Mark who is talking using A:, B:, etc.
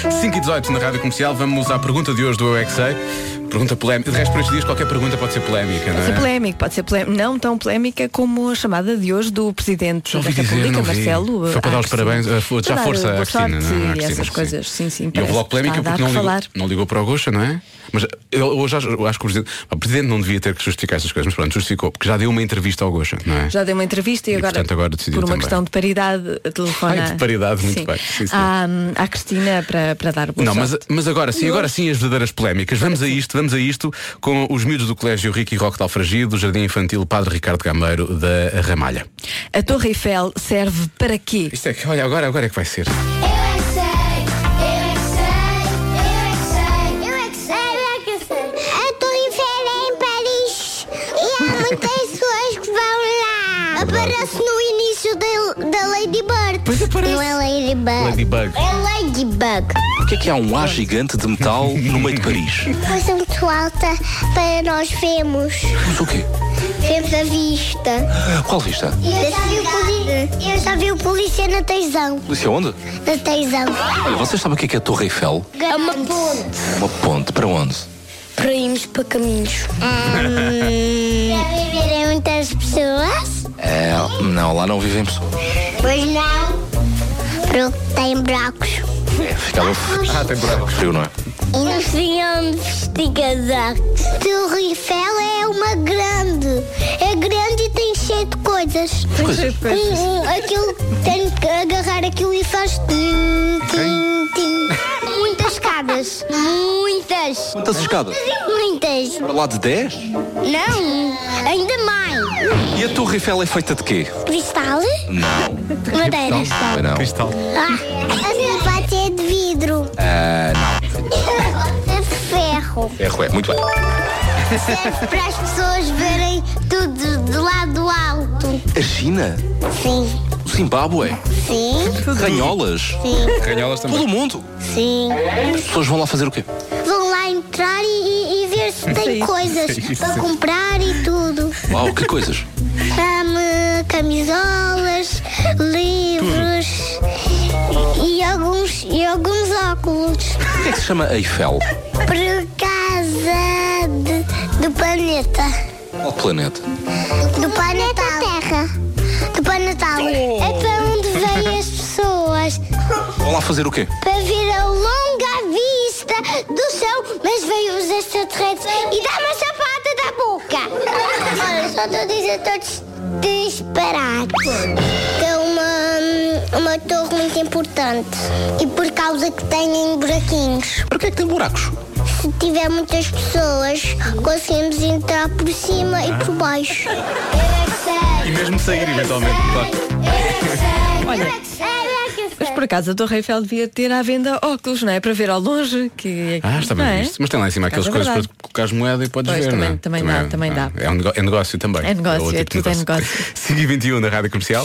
A: 5 e 18 na Rádio Comercial, vamos à pergunta de hoje do Eu é Que Sei. Pergunta polémica. De resto, por estes dias, qualquer pergunta pode ser polémica, não
B: Pode ser
A: é?
B: polémico, pode ser polémico. Não tão polémica como a chamada de hoje do Presidente
A: Já
B: da
A: ouvi dizer,
B: República,
A: não vi.
B: Marcelo.
A: Foi para dar os
B: Arce.
A: parabéns, a fo- já
B: Para dar
A: força
B: boa
A: à Cristina,
B: sorte
A: não é? À
B: e
A: Cristina,
B: essas
A: sim.
B: coisas, sim, sim.
A: E
B: parece
A: houve logo
B: que
A: polémica
B: está a
A: porque
B: dar
A: não
B: que
A: ligou,
B: falar.
A: não ligou para o Gosta, não é? Mas eu hoje acho, acho que o presidente, pá, o presidente não devia ter que justificar estas coisas, mas pronto, justificou, porque já deu uma entrevista ao Gosta, não é?
B: Já deu uma entrevista e,
A: E,
B: agora,
A: portanto, agora decidiu
B: por uma
A: também.
B: questão de paridade, telefona.
A: Ai, de paridade, muito bem. Sim, senhor.
B: À, à hum, Cristina para, para dar boa
A: Não, mas,
B: sorte.
A: mas agora sim, agora sim as verdadeiras polémicas. Vamos a isto, vamos a isto com os miúdos do Colégio Ricky Roque de Alfragide, do Jardim Infantil Padre Ricardo Gameiro da Ramalha.
B: A Torre Eiffel serve para quê?
A: Isto é que, olha, agora, agora é que vai ser.
C: Eu é que sei, eu é que sei, eu é que sei, eu é que sei, eu é que sei. A tua inferno é em Paris e há muitas pessoas que vão lá. Aparece no início da, da Ladybird.
A: Pois aparece.
C: Não é Ladybird.
A: Ladybug.
C: É Ladybug.
D: Porquê é que há um ar gigante de metal no meio de Paris?
C: Coisa muito alta para nós vermos.
D: Mas o quê? Ah,
C: Vemos a vista.
D: Qual vista?
C: Eu já, vi o poli- eu já vi o polícia na Teisão.
D: Polícia onde?
C: Na Teisão.
D: Olha, vocês sabem o que é, que é a Torre Eiffel?
C: É uma ponte.
D: Uma ponte para onde?
C: para irmos para caminhos. Para viverem muitas pessoas?
D: É, não, lá não vivem pessoas.
C: Pois não. Porque tem buracos.
D: É, ficava
A: Ah, tem buraco.
D: frio, não é?
C: E nós vinhamos vestir casacos. Torre Eiffel é uma grande. É grande e tem cheio de coisas.
D: Coisas.
C: Um, um, aquilo, tem que agarrar aquilo e faz tim, tim, tim. Muitas escadas. Muitas.
D: Quantas escadas?
C: Muitas.
D: Para lá de 10?
C: Não, ainda mais.
D: E a Torre Eiffel é feita de quê?
C: Cristal?
D: Não.
C: Madeira.
D: Não. não.
A: Cristal.
C: Ah, assim pode ser de vidro.
D: Ah,
C: É de ferro.
D: não. Erro é, muito bem.
C: Serve para as pessoas verem tudo de lado alto.
D: A É China?
C: Sim,
D: O Zimbábue?
C: sim,
D: Ranholas?
C: sim,
A: Ranholas
D: Todo
A: também.
D: o mundo?
C: sim.
D: As pessoas vão lá fazer o quê?
C: Vão lá entrar e, e- e ver se tem
B: Sim.
C: coisas para comprar e tudo.
D: Uau, que coisas.
C: Hum, camisolas, livros e, e alguns, e alguns óculos.
D: Porquê é que se chama Eiffel?
C: Por causa de- do planeta.
D: Qual planeta?
C: Do Pai Natal. Terra. Do Pai Natal. É para onde vêm as pessoas.
D: Vão lá fazer o quê?
C: Para ver a longa vista do céu, mas veio os extraterrestres e dá-me a sapata da boca. Olha, só estou a dizer todos disparados. É uma, uma torre muito importante. E por causa que tem buraquinhos.
D: Porquê é que tem buracos?
C: Se tiver muitas pessoas, conseguimos entrar por cima e por baixo. Eu é que sei. é
A: E mesmo sair, eventualmente, claro.
B: Olha. Mas por acaso a Torre Eiffel devia ter à venda óculos, não é? Para ver ao longe que
A: Ah, está bem
B: não é?
A: visto. Mas tem lá em cima
B: Por
A: aquelas
B: acaso é
A: coisas para
B: verdade.
A: tu colocares moeda e podes
B: Pois,
A: ver,
B: também-
A: não é?
B: também dá, também dá.
A: É, um nego- é negócio também.
B: É negócio,
A: outro
B: é
A: tipo de
B: tudo é negócio.
A: 5 e 21 na Rádio Comercial.